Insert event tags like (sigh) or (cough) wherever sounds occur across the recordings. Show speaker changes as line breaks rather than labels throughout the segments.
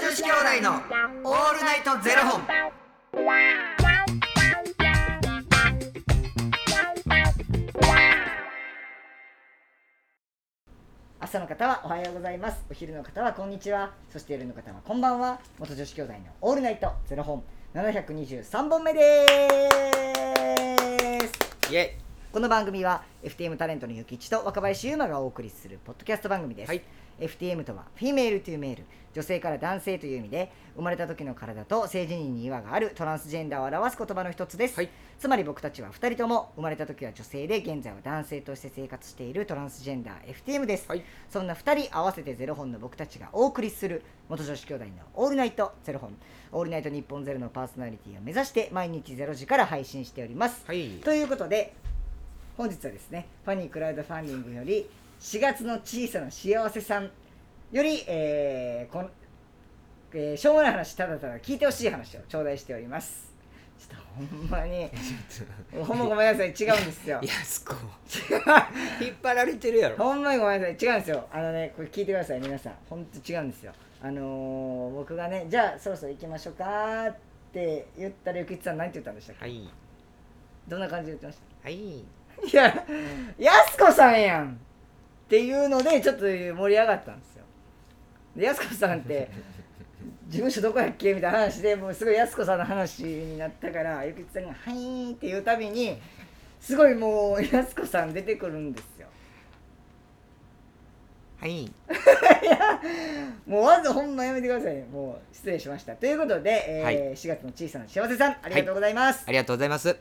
子兄弟のオールナイトゼロ本。
朝の方はおはようございますお昼の方はこんにちはそして夜の方はこんばんは元女子兄弟のオールナイトゼロ本723本目です
イエ
この番組は FTM タレントのゆきちと若林優馬がお送りするポッドキャスト番組です、
はい
FTM とはフィメールというメール女性から男性という意味で生まれた時の体と性自認に違和があるトランスジェンダーを表す言葉の一つです、
はい
つまり僕たちは2人とも生まれた時は女性で現在は男性として生活しているトランスジェンダー FTM です、
(laughs) はい
そんな2人合わせてゼロ本の僕たちがお送りする元女子兄弟の「オールナイトゼロ本」「オールナイト日本ゼロのパーソナリティを目指して毎日0時から配信しております、
はい
ということで本日はですねファニークラウドファンディングより4月の小さな幸せさんより、えーこんえーしょうもない話ただただ聞いてほしい話を頂戴しておりますちょっとほんま
(laughs)
にほんまごめんなさい違うんですよ
イ。やすこ。 (laughs) 引っ張られてるやろ。
ほんまにごめんなさい違うんですよあのねこれ聞いてください皆さんほんと違うんですよあのー僕がねじゃあそろそろ行きましょうかーって言ったらゆきちさん何て言ったんでしたっけ、
はい。
どんな感じで言ってました
はい。
いや、やすこさんやんっていうのでちょっと盛り上がったんですよ。でやすこさんって事務所どこやっけみたいな話でもうすごいやすこさんの話になったからゆきちさんが「はいー」って言うたびにすごいもうやすこさん出てくるんですよ。
はい。
もうわざほんまやめてくださいねもう失礼しました。ということで、えー
はい
4月の小さな幸せさんありがとうございます。
ありがとうございます。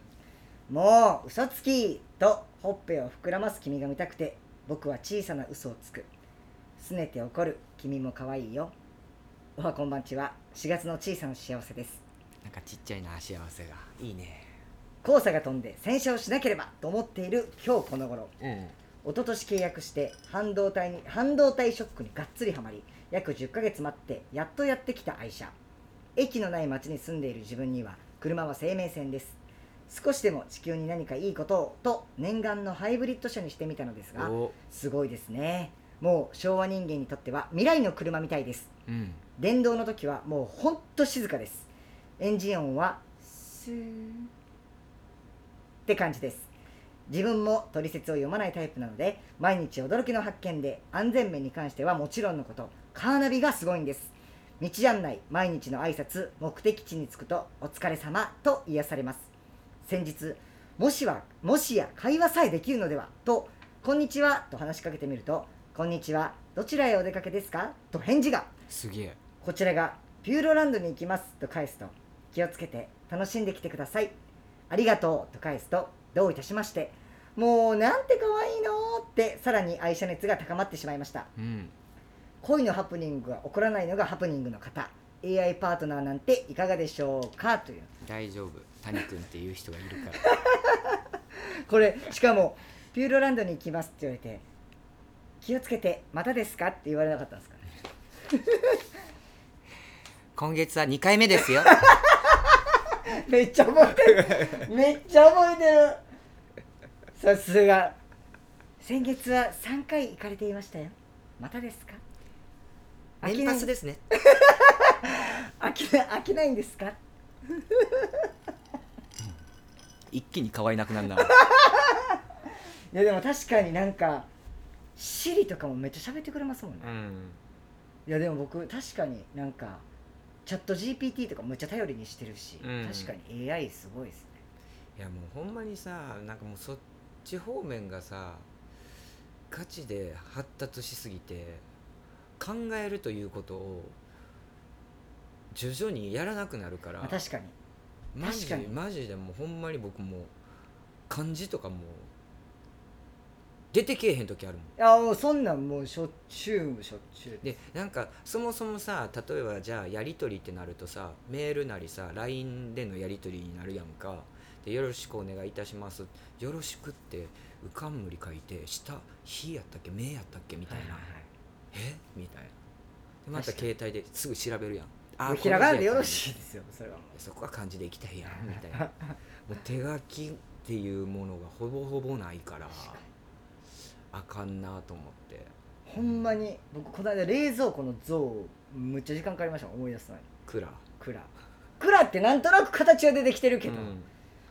もう嘘つきとほっぺを膨らます君が見たくて僕は小さな嘘をつく拗ねて怒る君も可愛いよおはこんばんちは4月の小さな幸せです
なんかちっちゃいな幸せがいいね。
黄砂が飛んで洗車をしなければと思っている今日この頃
うん。
一昨年契約して半導体に半導体ショックにがっつりはまり約10ヶ月待ってやっとやってきた愛車駅のない町に住んでいる自分には車は生命線です少しでも地球に何かいいことをと念願のハイブリッド車にしてみたのですが
お。
すごいですねもう昭和人間にとっては未来の車みたいです
うん。
電動の時はもうほんと静かですエンジン音はスーって感じです自分も取説を読まないタイプなので毎日驚きの発見で安全面に関してはもちろんのことカーナビがすごいんです道案内毎日の挨拶目的地に着くと「お疲れ様と癒されます先日もしはもしや会話さえできるのではと「こんにちは」と話しかけてみると「こんにちはどちらへお出かけですか?」と返事が
すげえ。
こちらがピューロランドに行きますと返すと気をつけて楽しんできてくださいありがとうと返すとどういたしましてもうなんて可愛いのってさらに愛車熱が高まってしまいました
うん。
恋のハプニングが起こらないのがハプニングの方 AI パートナーなんていかがでしょうかという
大丈夫。谷君っていう人がいるから。
これしかもピューロランドに行きますって言われて気をつけてまたですかって言われなかったんですかね
(laughs) 今月は二回目ですよ。
めっちゃ覚えてるめっちゃ覚えてるさすが先月は3回行かれていましたよまたですか飽き
(laughs) 年
ない
パスですね。
飽きな飽きないんですか
一気に可愛なくな (laughs) るな。
いやでも確かになんかシリとかもめっちゃ喋ってくれますもんね
うん。
いやでも僕確かになんかチャット GPT とかむっちゃ頼りにしてるし、
うん
確かに AI すごいですね
いやもうほんまにさなんかもうそっち方面がさガチで発達しすぎて考えるということを徐々にやらなくなるから
まあ確かに
マジ
確かに
マジでもうほんまに僕もう漢字とかもう出てけえへん時あるもん
いやもうそんなんもうしょっちゅうしょっちゅう
でなんかそもそもさ例えばじゃあやり取りってなるとさメールなりさ LINE でのやり取りになるやんかで「よろしくお願いいたします」「よろしく」ってうかんむり書いて下「日」やったっけ「目」やったっけみたいな「えみたいなでまた
確かに
携帯ですぐ調べるやん
もうひらがなでよろ
い
しいですよそれはもう
そこは漢字でいきたいやんみたいなもう手書きっていうものがほぼほぼないからあかんなと思って
ほんまに僕この間冷蔵庫の像むっちゃ時間かかりました思い出すのに
クラ
蔵蔵ってなんとなく形は出てきてるけど、
うん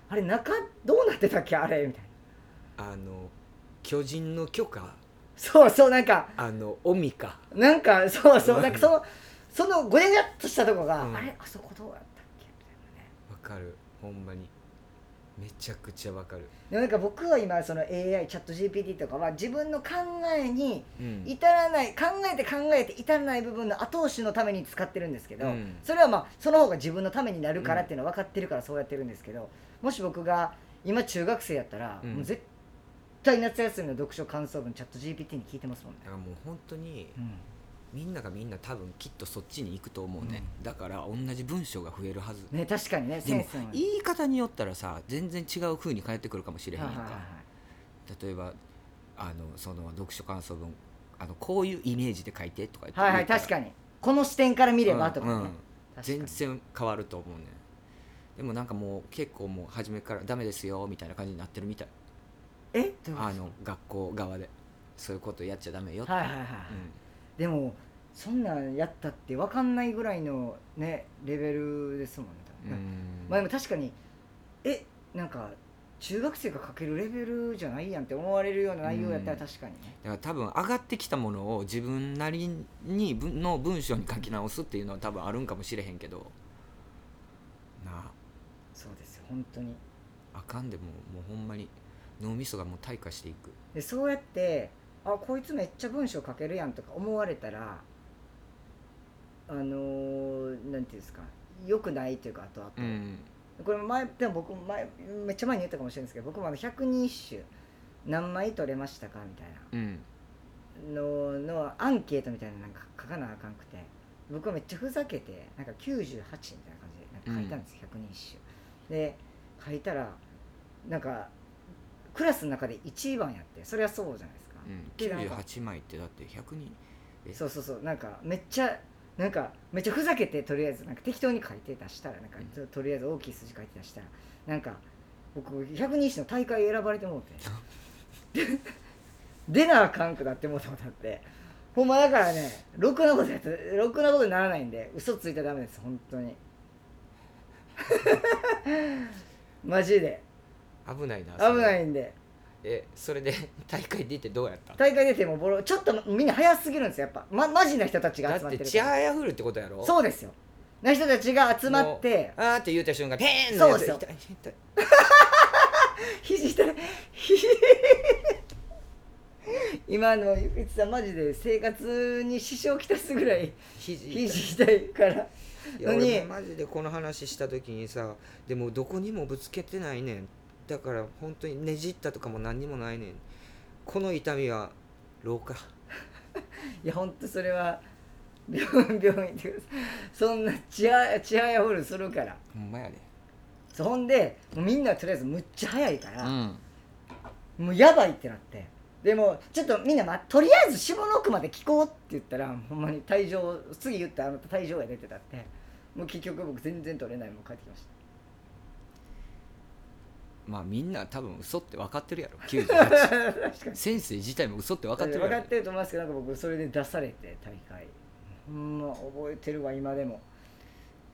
あれ中どうなってたっけあれみたいな
あの巨人の巨か
そうそうなんか
あのオミか
なんかそうそううんなんかそのそのごややっとしたとこが、
うん
あれあそこどうやったっけみたいなね
わかるほんまにめちゃくちゃわかる、
でもなんか僕は今その AI チャット GPT とかは自分の考えに
うん
至らない考えて考えて至らない部分の後押しのために使ってるんですけど、
うん
それはまあその方が自分のためになるからっていうのは分かってるからそうやってるんですけどもし僕が今中学生やったら、
うん
もう絶対夏休みの読書感想文チャット GPT に聞いてますもんね
だ。からもう本当に
うん
みんながみんな多分きっとそっちに行くと思うね、だから同じ文章が増えるはず
ね、確かにね
で
セン
も
スのい
言い方によったらさ全然違う風に返ってくるかもしれへん
は
や
い
ん
はいはい
か例えばあのその読書感想文あのこういうイメージで書いてとか言って
はいはい確かにこの視点から見ればとかね、
うんうん
確かに
全然変わると思うねでもなんかもう結構もう初めからダメですよみたいな感じになってるみたい
えどういうこと
あの学校側でそういうことやっちゃダメよって、
はいはいはい、
うん
でもそんなんやったって分かんないぐらいのねレベルですもんね多分ね、まあでも確かにえなんか中学生が書けるレベルじゃないやんって思われるような内容やったら確かにね、
だから多分上がってきたものを自分なりに文の文章に書き直すっていうのは多分あるんかもしれへんけどな
そうですよ本当に
ああかんでももうほんまに脳みそがもう退化していく
でそうやってあこいつめっちゃ文章書けるやんとか思われたらあのーなんていうんですか良くないというかあとあと、
うん
これ前でも僕も前めっちゃ前に言ったかもしれないですけど僕もあの百人一首何枚取れましたかみたいな
うん
ののアンケートみたいななんか書かなあかんくて僕はめっちゃふざけてなんか98みたいな感じでなんか書いたんです、百人一首で書いたらなんかクラスの中で1番やってそれはそうじゃないですか、
うん、
でなんか
98枚ってだって100人え
そうそうそうなんかめっちゃなんかめっちゃふざけてとりあえずなんか適当に書いて出したらなんか
う
と
ん
とりあえず大きい数字書いて出したらなんか僕百人一首の大会選ばれてもうて出なあかんくなってもうたことあってほんまだからねろくなことやったろくなことにならないんで嘘ついたらダメです本当
(laughs)
にマジで
危ないな
危ないいんで
えそれで (laughs) 大会出てどうやった
大会出てもボロちょっとみんな早すぎるんですよやっぱ、ま、マジな人たちが集
だ
ま
っ
って
て
るから
チアやふるってことやろ
そうですよ。な人たちが集まって、
あーって言うた瞬間ペーンのやつ
そうです
痛い痛い
肘痛い肘今のゆきちさんマジで生活に支障をきたすぐらい
肘痛い
肘痛いから
いや
のに
俺もマジでこの話した時にさでもどこにもぶつけてないねんだから本当にねじったとかも何にもないねんこの痛みは老化
いやほんとそれは病院病院行ってくださいそんなチアチアやホールするから
ほんまやで
そほんでもうみんなとりあえずむっちゃ早いから、
ん
もうやばいってなってでもちょっとみんな、ま、とりあえず下の奥まで聞こうって言ったらほんまに退場次言ったあの退場が出てたってもう結局僕全然取れないもう帰ってきました
まあみんな多分嘘って分かってるやろ
(laughs)
98
確かに
先生自体も嘘 (laughs) って分かってるや
分
ろ
かってると思いますけどなんか僕それで出されて大会ほんま覚えてるわ今でも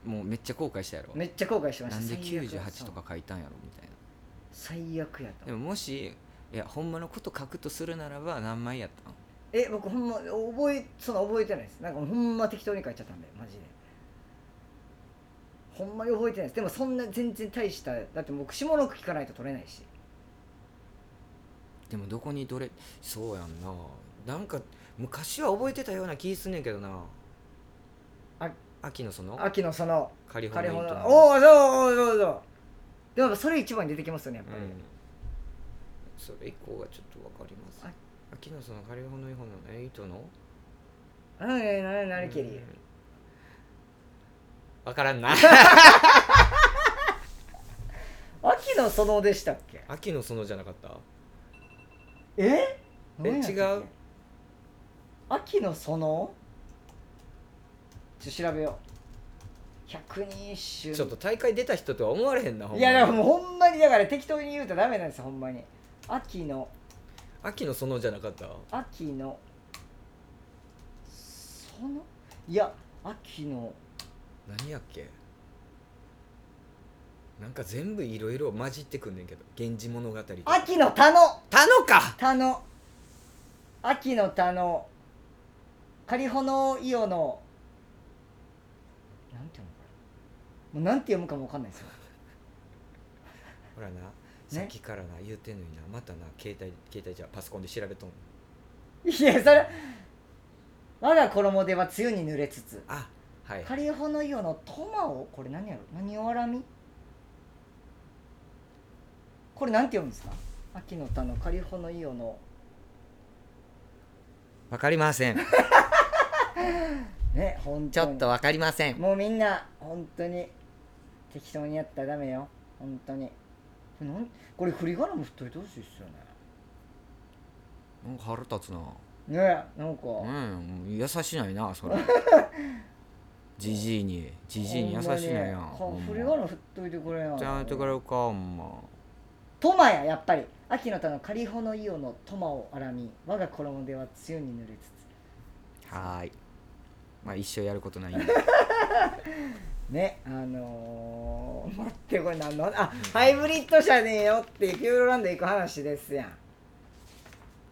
もうめっちゃ後悔したやろ
めっちゃ後悔してまし
な
た
んで
最悪や
98とか書いたんやろみたいな
最悪やと
でももしいやほんまのこと書くとするならば何枚やったの
え僕ほんま覚えその覚えてないですなんかほんま適当に書いちゃったんでマジでほんまに覚えてないですでもそんな全然大しただって僕下の句聞かないと取れないし
でもどこにどれそうやんななんか昔は覚えてたような気すんねんけどな
あ
秋のその
秋のその
カリフォ
彼
ルニ
ほ
ア
ど
イントの
おおそうそうそうそうでもやっぱそれ一番に出てきますよねやっ
う
ぱり、
ん、それ以降がちょっとわかります
あ
秋のそのカリフォルニアイントのエイトの
あなになになにきり
うんわから
(laughs)
んな
秋のそのでしたっけ
秋のそのじゃなかった
え
え違う
秋のそのちょっと調べよう百人一首
ちょっと大会出た人とは思われへんなほん
い
まに
やでももうほんまにだから適当に言うとダメなんですよほんまに秋の
秋のそのじゃなかった
秋ののいや秋の
何やっけなんか全部いろいろ混じってくんねんけど「源氏物語」とか
秋の田の
田野か
田の秋の田のカリホのイオのなんて読むのこれもうなんて読むかもわかんないですよ
ほらな、さっきからな言うてんのになまたな携帯携帯じゃパソコンで調べとんの
いやそれ我が衣では梅雨に濡れつつ
あはい
カリホのイオのトマオこれ何やろ何をあらみこれなんて読むんですか秋の田のカリホのイオの
わかり
(laughs)
ません
ね本
ち
当に
ょっとわかりません
もうみんな本当に適当にやったらダメよ本当になんこれ振り仮名も振っといてほしいっすよ
なんか腹立つな
ねねえなんか
うん優しない
(laughs)
なそれじじいにじじいに優しいなやん
ほんまに
ほん
振り仮
ま
名振っといてくれよ
ちゃんとこれかほんま
トマややっぱり秋の田のカリホのイオのトマをあらみ我が衣では梅雨に濡れつ
はーいまあ一生やることないんで
つねあのー、待 (laughs) ってこれ何のあハイブリッド車ねえよってピューロランド行く話ですやん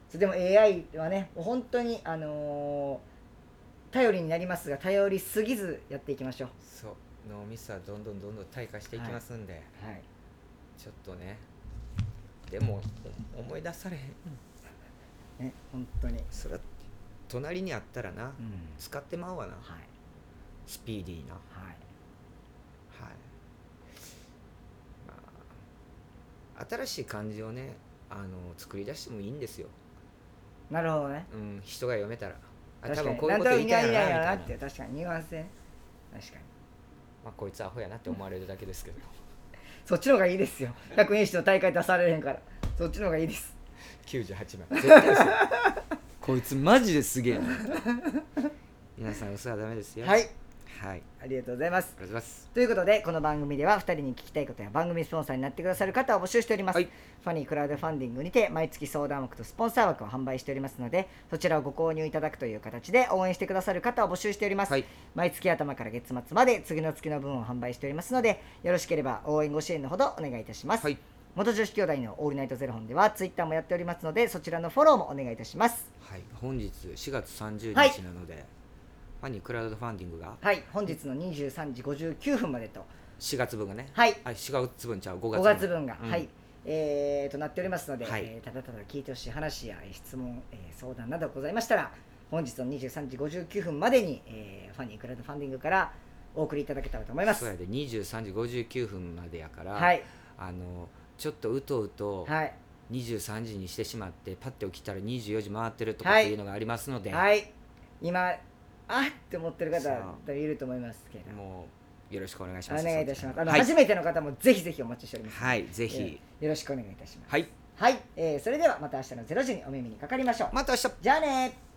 そうでも AI はねもう本当にあのー頼りになりますが頼りすぎずやっていきましょう
そう脳みそはどんどんどんどん退化していきますんで、
はい
ちょっとねでもお思い出されへん
ね本当に
それは隣にあったらな、
うん
使ってまうわな
はい
スピーディーなはい
はい
まあ新しい漢字をねあの作り出してもいいんですよ、
なるほどね
うん、人が読めたらあ
確か
多分
に
こういうこと言いたいんやろなみた
ないんとも言いたいんやろなっ
な
て確かにニュアンスね確かに
まあこいつアホやなって思われるだけですけど
そっちの方がいいですよ百人一首の大会出されへんからそっちの方がいいです
98万絶対ですよこいつマジですげえな皆さん嘘はダメですよ
はい
はいあり
ありがとうございます
がとうございます
ということでこの番組では2人に聞きたいことや番組スポンサーになってくださる方を募集しております、
はい
ファニークラウドファンディングにて毎月相談枠とスポンサー枠を販売しておりますのでそちらをご購入いただくという形で応援してくださる方を募集しております、
はい
毎月頭から月末まで次の月の分を販売しておりますのでよろしければ応援ご支援のほどお願いいたします、
はい
元女子兄弟のオールナイトゼロ本ではツイッターもやっておりますのでそちらのフォローもお願いいたします
はい、本日4月30
はい
日なので、ファニークラウドファンディングが
はい本日の23時59分までと
4月分がね、
はい
あ4月分ちゃう5
5
月
月分が、
うん
はい、えー、となっておりますので、
はい
えーただただ聞いてほしい話やえー質問、えー相談などございましたら本日の23時59分までに、えーファニークラウドファンディングからお送りいただけたらと思います
そうやで23時59分までやから、
はい
あのちょっとうとうと
はい
23時にしてしまってパッて起きたら24時回ってるとかっていうのがありますので、
はい今あっって思ってる
そう
方多分いると思いますけれども
もうよろしくお願いし
お
ます
願いいたしますあの、
はい、
初めての方もぜひぜひお待ちしております、
はい、ぜひ、
えーよろしくお願いいたします
はい
はい、えーそれではまた明日の0時にお耳にかかりましょう
また明日
じゃあねー